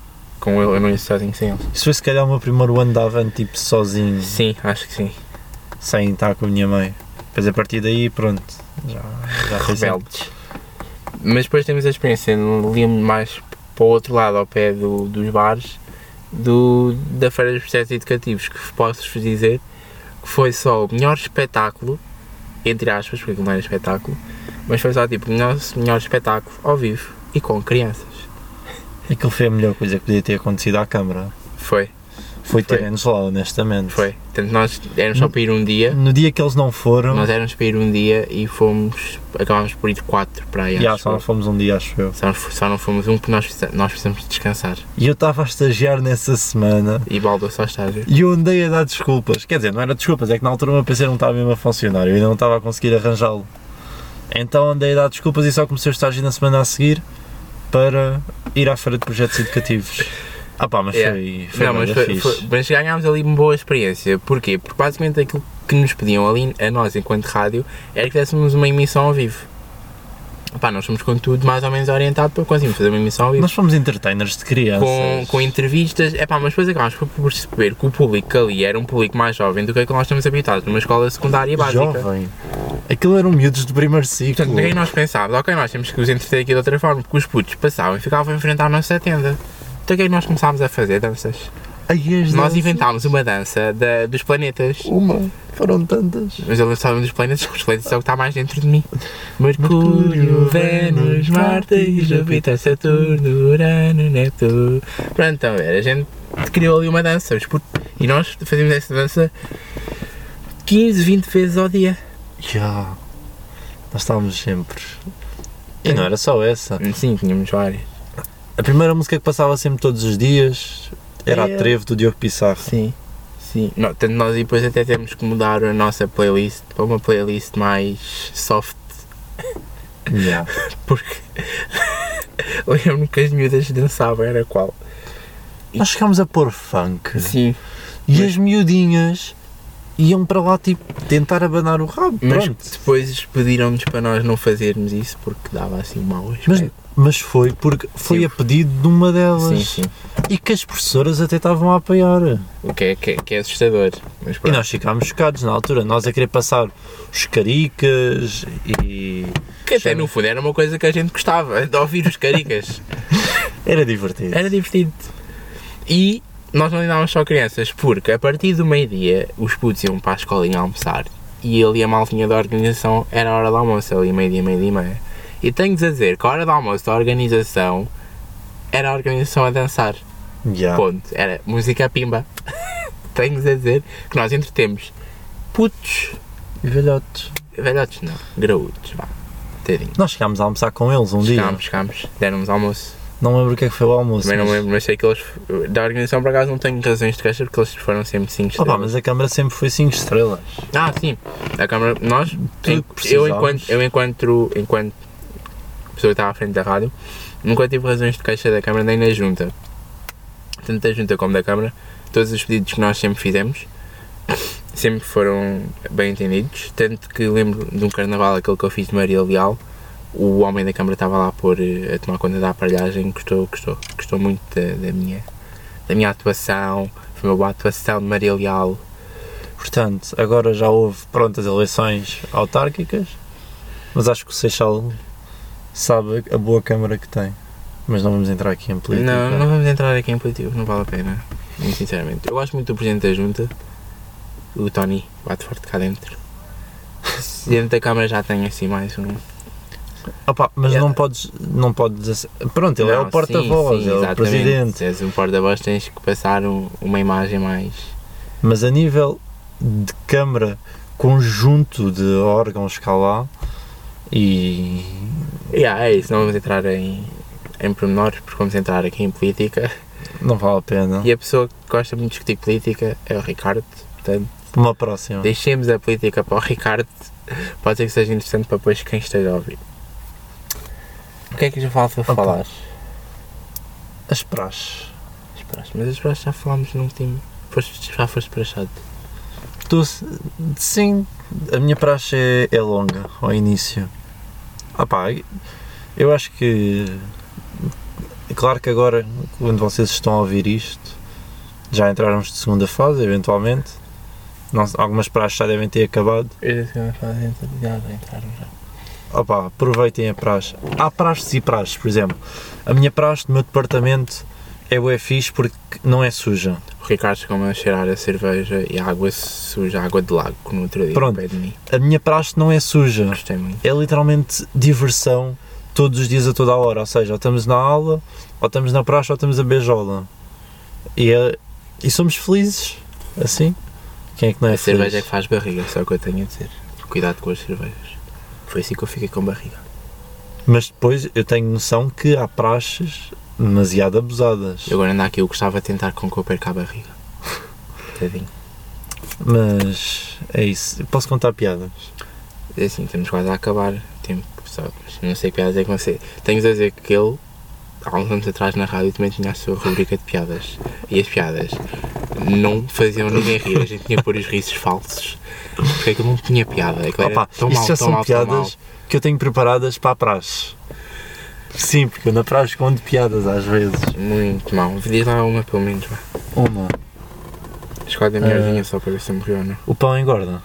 com ele eu não ia sozinho sem eles. Isso foi se calhar o meu primeiro ano de Avante, tipo sozinho. Sim, acho que sim. sem estar com a minha mãe. Depois a partir daí, pronto, já, já foi assim. sempre. Rebeldes. Mas depois temos a experiência, ali mais para o outro lado, ao pé do- dos bares, do, da Feira dos Processos Educativos, que posso-vos dizer que foi só o melhor espetáculo, entre aspas, porque aquilo não era espetáculo, mas foi só tipo o nosso melhor espetáculo ao vivo e com crianças. Aquilo foi a melhor coisa que podia ter acontecido à câmara. Foi, Foi, Foi. terem-nos lá, honestamente. foi. Portanto, nós éramos só para ir um dia, No dia que eles não foram, nós éramos para ir um dia e fomos, acabámos por ir quatro para aí. já acho só eu. não fomos um dia, acho eu. só, só não fomos um porque nós, precis- nós precisamos descansar. E eu estava a estagiar nessa semana E Baldo só estágio. e eu andei a dar desculpas. Quer dizer, não era desculpas, é que na altura o meu PC não estava mesmo a funcionar, eu ainda não estava a conseguir arranjá-lo. Então andei a dar desculpas e só comecei o estágio na semana a seguir para ir à feira de projetos educativos. Ah pá, mas Yeah. foi, foi É. não, mas, banda foi- fixe. foi- mas ganhámos ali uma boa experiência. Porquê? Porque basicamente aquilo que nos pediam ali, a nós enquanto rádio, era que fizéssemos uma emissão ao vivo. Pá, nós somos contudo mais ou menos orientados para conseguirmos fazer uma emissão ao vivo. Nós fomos entertainers de crianças. com, com entrevistas, é pá, mas depois acabámos por perceber que o público que ali era um público mais jovem do que é que nós estamos habituados numa escola secundária básica. Jovem. Aquilo eram miúdos do primeiro ciclo. Portanto, daí nós pensávamos, ok, nós temos que os entreter aqui de outra forma, porque os putos passavam e ficavam a enfrentar a nossa tenda. Então o que é que nós começámos a fazer? Danças. Ai, as Nós danças. inventámos uma dança da- dos planetas. Uma. Foram tantas. Mas eu lançava um dos planetas, porque os planetas é o que está mais dentro de mim. Mercúrio, Vênus, Marte, Júpiter, Saturno, Urano, Netuno. Pronto, então era, a gente criou ali uma dança. os putos- E nós fazíamos essa dança 15, 20 vezes ao dia. Já. Nós estávamos sempre. E não era só essa. Sim, tínhamos várias. A primeira música que passava sempre todos os dias era É. a Trevo do Diogo Pissarro. Sim, sim. Não, tanto nós e depois até temos que mudar a nossa playlist para uma playlist mais soft, Yeah. porque lembro-me que as miúdas dançavam, era qual? Nós chegámos a pôr funk. Sim. E Mas- as miudinhas iam para lá tipo tentar abanar o rabo. Mas tipo, Pronto. depois pediram-nos para nós não fazermos isso porque dava assim mau Mas, aspecto. mas foi porque foi Sim. a pedido de uma delas. sim, sim. E que as professoras até estavam a apoiar. O que é, que é, que é assustador. Mas E pronto. nós ficámos chocados na altura. Nós a querer passar os caricas e. que até Chama. no fundo era uma coisa que a gente gostava, de ouvir os caricas. Era divertido. era divertido. E nós não lidávamos só crianças, porque a partir do meio-dia os putos iam para a escolinha almoçar e ali a maltinha da organização era a hora do almoço, ali meio-dia, meio-dia e meia. E tenho-vos a dizer que a hora do almoço da organização era a organização a dançar. Yeah. Ponto. Era música pimba. Tenho-vos a dizer que nós entretemos putos, Velhotes. velhotes não, graúdos, vá. Tadinho. Nós chegámos a almoçar com eles um dia. Chegámos, chegámos, deram-nos almoço. Não lembro o que é que foi o almoço. Também não mas- me lembro, mas sei que eles. Da organização, por acaso, não tenho razões de queixa porque eles foram sempre 5 Opa, mas a câmara sempre foi 5 estrelas. Ah, sim. A câmara. Nós. que en- eu, precisávamos. enquanto, eu, enquanto. Enquanto. pessoa que estava à frente da rádio, nunca tive razões de queixa da câmara nem na junta. Tanto da junta como da câmara. Todos os pedidos que nós sempre fizemos sempre foram bem entendidos. Tanto que lembro de um carnaval, aquele que eu fiz de Maria Leal. O homem da câmara estava lá por, eh, a tomar conta da aparelhagem, gostou, gostou, gostou muito da, da minha, da minha atuação. Foi uma boa atuação de Maria Leal. Portanto, agora já houve prontas eleições autárquicas, mas acho que o Seixal sabe a boa câmara que tem. Mas não vamos entrar aqui em política. Não, não vamos entrar aqui em político, não vale a pena. Muito sinceramente. Eu gosto muito do presidente da junta, o Tony, bate forte cá dentro. Se Dentro da Câmara já tem assim mais um. Opa, Ah, mas Yeah. não podes. Não podes ass- Pronto, ele é É. Não, o porta-voz, sim, sim, é o exatamente. presidente. Se és um porta-voz, tens que passar um- uma imagem mais. Mas a nível de câmara, conjunto de órgãos cá lá e. Yeah, é isso, não vamos entrar em, em pormenores, porque vamos entrar aqui em política. não vale a pena. E é- a pessoa que gosta muito de discutir política é o Ricardo. Portanto, Uma próxima. deixemos a política para o Ricardo. Pode ser que seja interessante para depois quem esteja a ouvir. O que é que já falta Opa. falar? As praxes. As praxes. Mas as praxes já falámos no último. Foste, já foste praxado. Tu, sim, a minha praxe é, é longa ao início. Ah pá, eu acho que. Claro que agora, quando vocês estão a ouvir isto, já entrarmos de segunda fase, eventualmente. Não se- algumas praxes já devem ter acabado. Eu já tinha falado dentro de água, né, entraram já. Opa, aproveitem a praxe. Há praxes e praxes, por exemplo. A minha praxe do meu departamento é o fixe porque não é suja. O Ricardo chegou-me a cheirar a cerveja e a água suja, a água de lago, no outro dia Pronto. ao pé de mim. A minha praxe não é suja. Gostei muito. é literalmente diversão todos os dias a toda a hora. Ou seja, ou estamos na aula, ou estamos na praça, ou estamos a beijola. E, é- e somos felizes, assim. Quem é que não é a cerveja é feliz? que faz barriga, só que eu tenho a dizer. Cuidado com as cervejas. Foi assim que eu fiquei com barriga. Mas depois eu tenho noção que há praxes demasiado abusadas. E agora anda aqui, eu gostava de tentar com que eu perca a barriga. Tadinho. Mas é isso. Posso contar piadas? É assim, estamos quase a acabar o tempo, só mas não sei que piadas é que vão ser. Tenho a dizer que ele, há uns anos atrás na rádio também tinha a sua rubrica de piadas. E as piadas não faziam ninguém rir, a gente tinha que pôr os risos falsos. Porque aquilo não tinha piada. Aquilo era Opa, tão isto mal, já tão são mal, tão mal. piadas que eu tenho preparadas para a praxe. Sim, porque eu na praxe conto piadas às vezes. Muito mal. Diz lá uma pelo menos. vá. Uma. Escolhe a é Ah. melhorzinha só para ver se eu morri ou não. O pão engorda.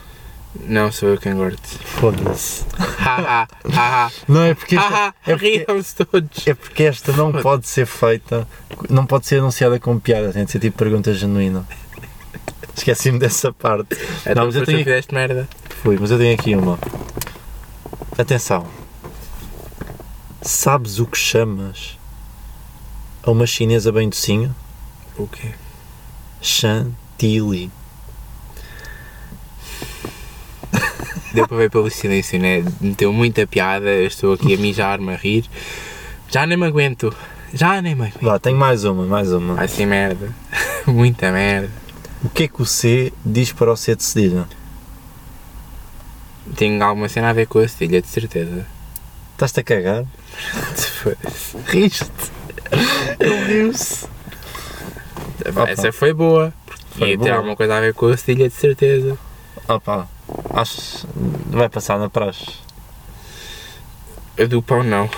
Não sou eu quem engorde. Foda-se. Haha, haha, Não é porque esta, haha, é porque- riam-se todos. é porque esta não pode ser feita, não pode ser anunciada como piada, tem de ser tipo pergunta genuína. Esqueci-me dessa parte. Então, não, mas eu depois tu tenho- fizeste merda. Fui, mas eu tenho aqui uma. Atenção. Sabes o que chamas a uma chinesa bem docinha? O quê? Chantilly. Deu para ver pelo silêncio, né? Meteu muita piada, eu estou aqui a mijar-me, a rir. Já nem me aguento. Já nem me aguento. Vá, tenho mais uma, mais uma. Vai ser merda. Muita merda. O que é que o C diz para o C de cedilha? Tenho alguma cena a ver com a cedilha, de certeza. Estás-te a cagar? Riste. Ele riu-se. Opa. Essa foi boa. Foi Ia ter boa. alguma coisa a ver com a cedilha, de certeza. Opa, acho vai passar na praxe. A do pão, não.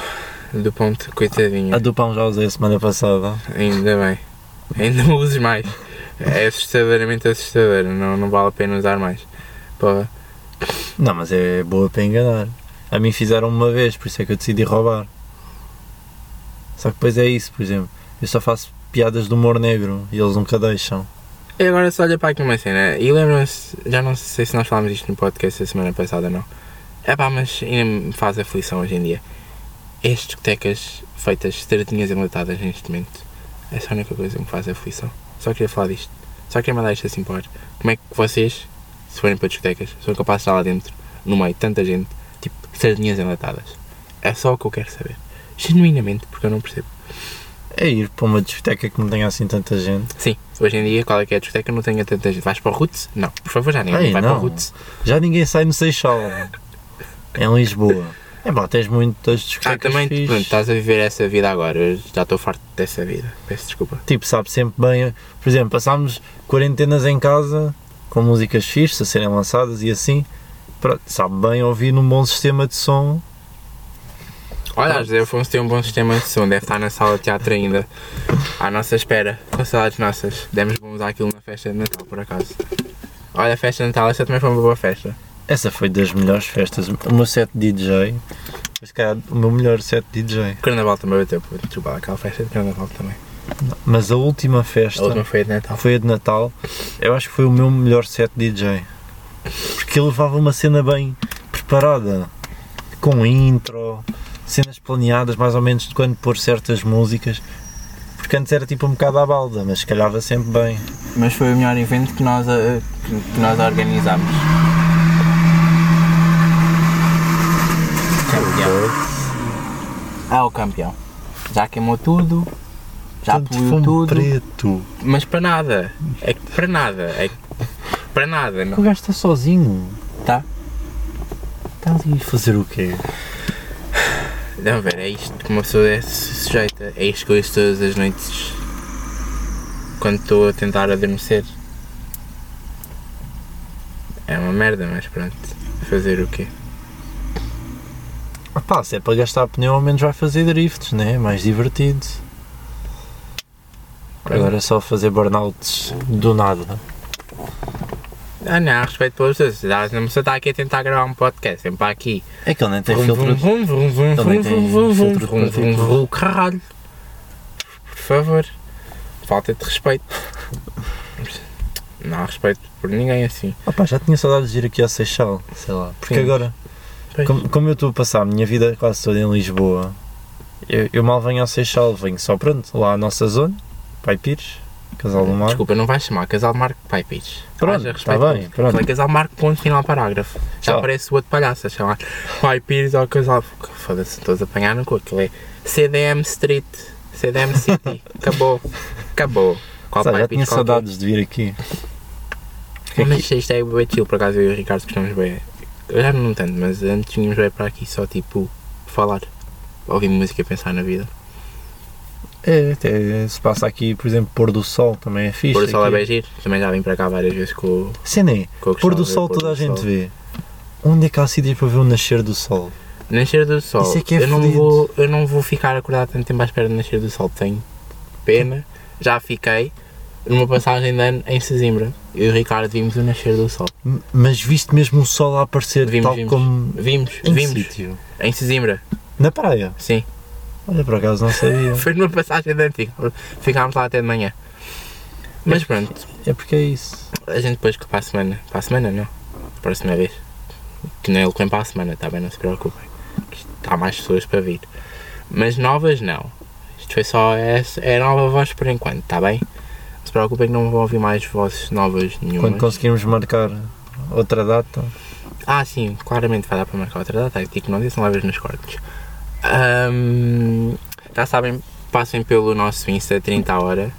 A do pão, te- coitadinho. A do pão já usei a semana passada. Ainda bem. Ainda não uses mais. É assustadoramente assustador. Não, não vale a pena usar mais. Pô, Não, mas é boa para enganar. A mim fizeram uma vez, por isso é que eu decidi roubar. Só que depois é isso, por exemplo. Eu só faço piadas de humor negro e eles nunca deixam. E agora é só olha para aqui uma cena. E lembram-se, já não sei se nós falámos isto no podcast da semana passada não. É pá, mas ainda me faz aflição hoje em dia. As discotecas feitas de sardinhas enlatadas neste momento. Essa é a única coisa que me faz aflição. Só queria falar disto. Só queria mandar isto assim para o ar. Como é que vocês, se forem para discotecas, são capazes de estar lá dentro, no meio de tanta gente, tipo sardinhas enlatadas? É só o que eu quero saber. Genuinamente, porque eu não percebo. É ir para uma discoteca que não tenha assim tanta gente. Sim, hoje em dia, qual é que é a discoteca? Não tenho tanta gente. Vais para o Roots? Não, por favor, já ninguém Ei, vai não. para o Roots. Já ninguém sai no Seixal. em Lisboa. É bom, tens muitas discotecas Ah, também, fixe. pronto, estás a viver essa vida agora. Eu já estou farto dessa vida. Peço desculpa. tipo, sabe sempre bem. Por exemplo, passámos quarentenas em casa com músicas fixas a serem lançadas e assim. Pronto, sabe bem ouvir num bom sistema de som. Olha, José Afonso tem um bom sistema de som. Deve estar na sala de teatro ainda. À nossa espera. Com saudades nossas. Demos bons àquilo na festa de Natal, por acaso. Olha, a festa de Natal, essa também foi uma boa festa. Essa foi das melhores festas. O meu set DJ, mas se calhar o meu melhor set DJ. O carnaval também bateu. pô, Desculpa, lá, aquela festa de carnaval também. Mas a última festa A última foi a de Natal. foi a de Natal. Eu acho que foi o meu melhor set DJ. Porque ele levava uma cena bem preparada, com intro, cenas planeadas mais ou menos de quando pôr certas músicas. Porque antes era tipo um bocado à balda, mas calhava sempre bem. Mas foi o melhor evento que nós, eh, que nós organizámos. Campeão. Ah, o campeão. Já queimou tudo, já Tanto poluiu fumo tudo. um preto. Mas para nada. É que para nada. É que para nada. O Não. gajo está sozinho. Tá? Está ali a fazer o quê? Não, ver, é isto que uma pessoa é su- sujeita. É isto que eu ouço todas as noites quando estou a tentar adormecer. É uma merda, mas pronto. Fazer o quê? Ah pá, se é para gastar pneu, ao menos vai fazer drifts, né? É mais divertido. Agora é só fazer burnouts do nada. Ah não, respeito pelas pessoas. Ah, Não você está aqui a tentar gravar um podcast, sempre para aqui. É que ele nem tem Vrum, filtro. vrum, vrum, vrum, Também vrum, tem vrum, filtro de vrum, vrum, partícula. vrum, Caralho. Por favor. Falta de respeito. Não há respeito por ninguém assim. Ah pá, já tinha saudades de ir aqui ao Seixal, sei lá. Porque Sim. agora, Pois. como, como eu estou a passar a minha vida quase toda em Lisboa, eu, eu mal venho ao Seixal, venho só pronto, lá à nossa zona, Pai Pires, Casal do Mar. Eh, Desculpa, não vais chamar Casal Marco Pai Pires. Pronto, Haja está respeito. bem, pronto. Falei Casal Marco, ponto final, parágrafo. Já Tchau. aparece o outro palhaço a chamar Pai Pires ao Casal. Foda-se, todos apanharam com aquilo. É CDM Street, CDM City. Acabou, acabou. Qual Sabe, já Pai tinha Pires? Qual que é? saudades de vir aqui. Porque aqui- Mas isto é bem chill, por acaso eu e o Ricardo gostamos bem. Eu já não tanto, mas antes tínhamos bem para aqui só tipo falar, ouvir música e pensar na vida. É, até se passa aqui, por exemplo, pôr do sol também é fixe. Pôr do sol é aqui. bem giro. Também já vim para cá várias vezes com, o- Cena é, com a questão pôr do de ver sol pôr toda do a gente sol. vê. Onde é que há sítios para ver o nascer do sol? Nascer do sol. Isso é que é eu, não fodido. vou, eu não vou ficar acordado tanto tempo à espera de nascer do sol. Tenho pena. Já fiquei numa passagem de ano em Sesimbra. Eu e o Ricardo vimos o nascer do sol. M- Mas viste mesmo o sol a aparecer Vimos, tal vimos. como Vimos, em que vimos. sítio? Em Sesimbra, Na praia. sim. Olha, por acaso não sabia. Foi numa passagem de ano. fica- Ficámos lá até de manhã. Mas pronto, é porque é isso. a gente depois que para a semana. Para a semana não. Próxima vez. Que nem ele vem para a semana, está bem? Não se preocupem. Que isto- Há mais pessoas para vir. Mas novas não. Isto foi só essa. É a nova voz por enquanto, está bem? Não se preocupem que não vão ouvir mais vozes novas nenhuma. Quando conseguirmos marcar outra data, Ah, sim, claramente vai dar para marcar outra data. Digo, não disse, não leves nos cortes. Ahm, já sabem, passem pelo nosso Insta 30 a hora.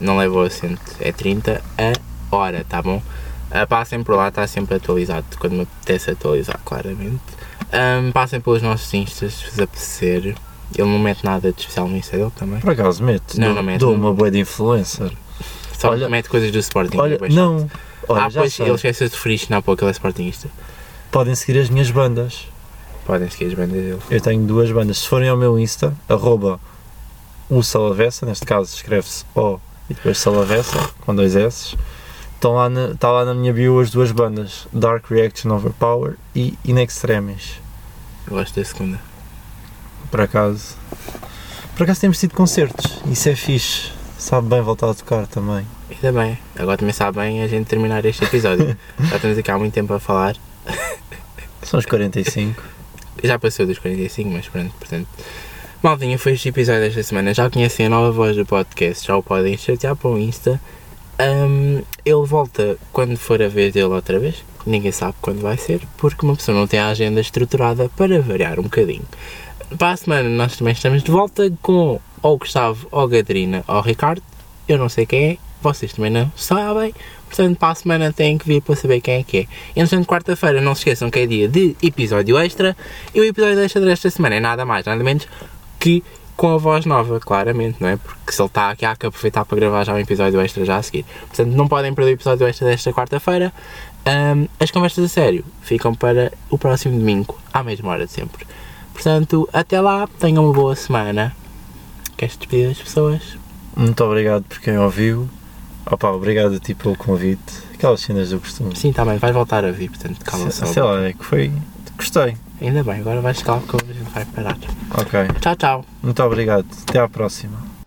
Não leva o acento, é 30 a hora, tá bom? Ah, passem por lá, está sempre atualizado, quando me apetece atualizar, claramente. Ahm, passem pelos nossos Instas, se vos apetecer. Ele não mete nada de especial no Insta dele também. por acaso mete. Não, dou, não mete, dou não. uma boa de influencer. Só Olha- mete coisas do Sporting. Olha, depois- não. Olha, ah, já pois, sei. ele esqueceu de referir na pouco, ele é Sportingista. Podem seguir as minhas bandas. Podem seguir as bandas dele. Eu tenho duas bandas. Se forem ao meu Insta, arroba o Salavessa, neste caso escreve-se O e depois Salavessa, com dois S. Estão lá na, está lá na minha bio as duas bandas, Dark Reaction Overpower e In Extremis, Eu Gosto da segunda. por acaso. Por acaso temos tido concertos, isso é fixe. Sabe bem voltar a tocar também. Ainda bem, agora também sabe bem a gente terminar este episódio. Já estamos aqui há muito tempo a falar. São os 45. Já passou dos 45, mas pronto, portanto. Maldinha, foi este episódio desta semana. Já conhecem a nova voz do podcast, já o podem chatear para o Insta. Ahm, ele volta quando for a vez dele outra vez. Ninguém sabe quando vai ser, porque uma pessoa não tem a agenda estruturada para variar um bocadinho. Para a semana, nós também estamos de volta com ou Gustavo, ou Gadrina, ou Ricardo. Eu não sei quem é, vocês também não sabem. Portanto, para a semana têm que vir para saber quem é que é. E, entretanto, quarta-feira, não se esqueçam que é dia de episódio extra. E o episódio extra desta semana é nada mais, nada menos que com a voz nova, claramente, não é? Porque se ele está aqui, há que aproveitar para gravar já um episódio extra já a seguir. Portanto, não podem perder o episódio extra desta quarta-feira. Ahm, as conversas a sério ficam para o próximo domingo, à mesma hora de sempre. Portanto, até lá, tenham uma boa semana. Queres despedir as pessoas? Muito obrigado por quem ouviu. Opa, obrigado a ti pelo convite. Aquelas cenas do costume. Sim, está bem, vais voltar a vir, portanto, cala sei, só. sei lá, é que foi. Gostei. Ainda bem, agora vais calar porque a gente vai parar. Ok. Tchau, tchau. Muito obrigado. Até à próxima.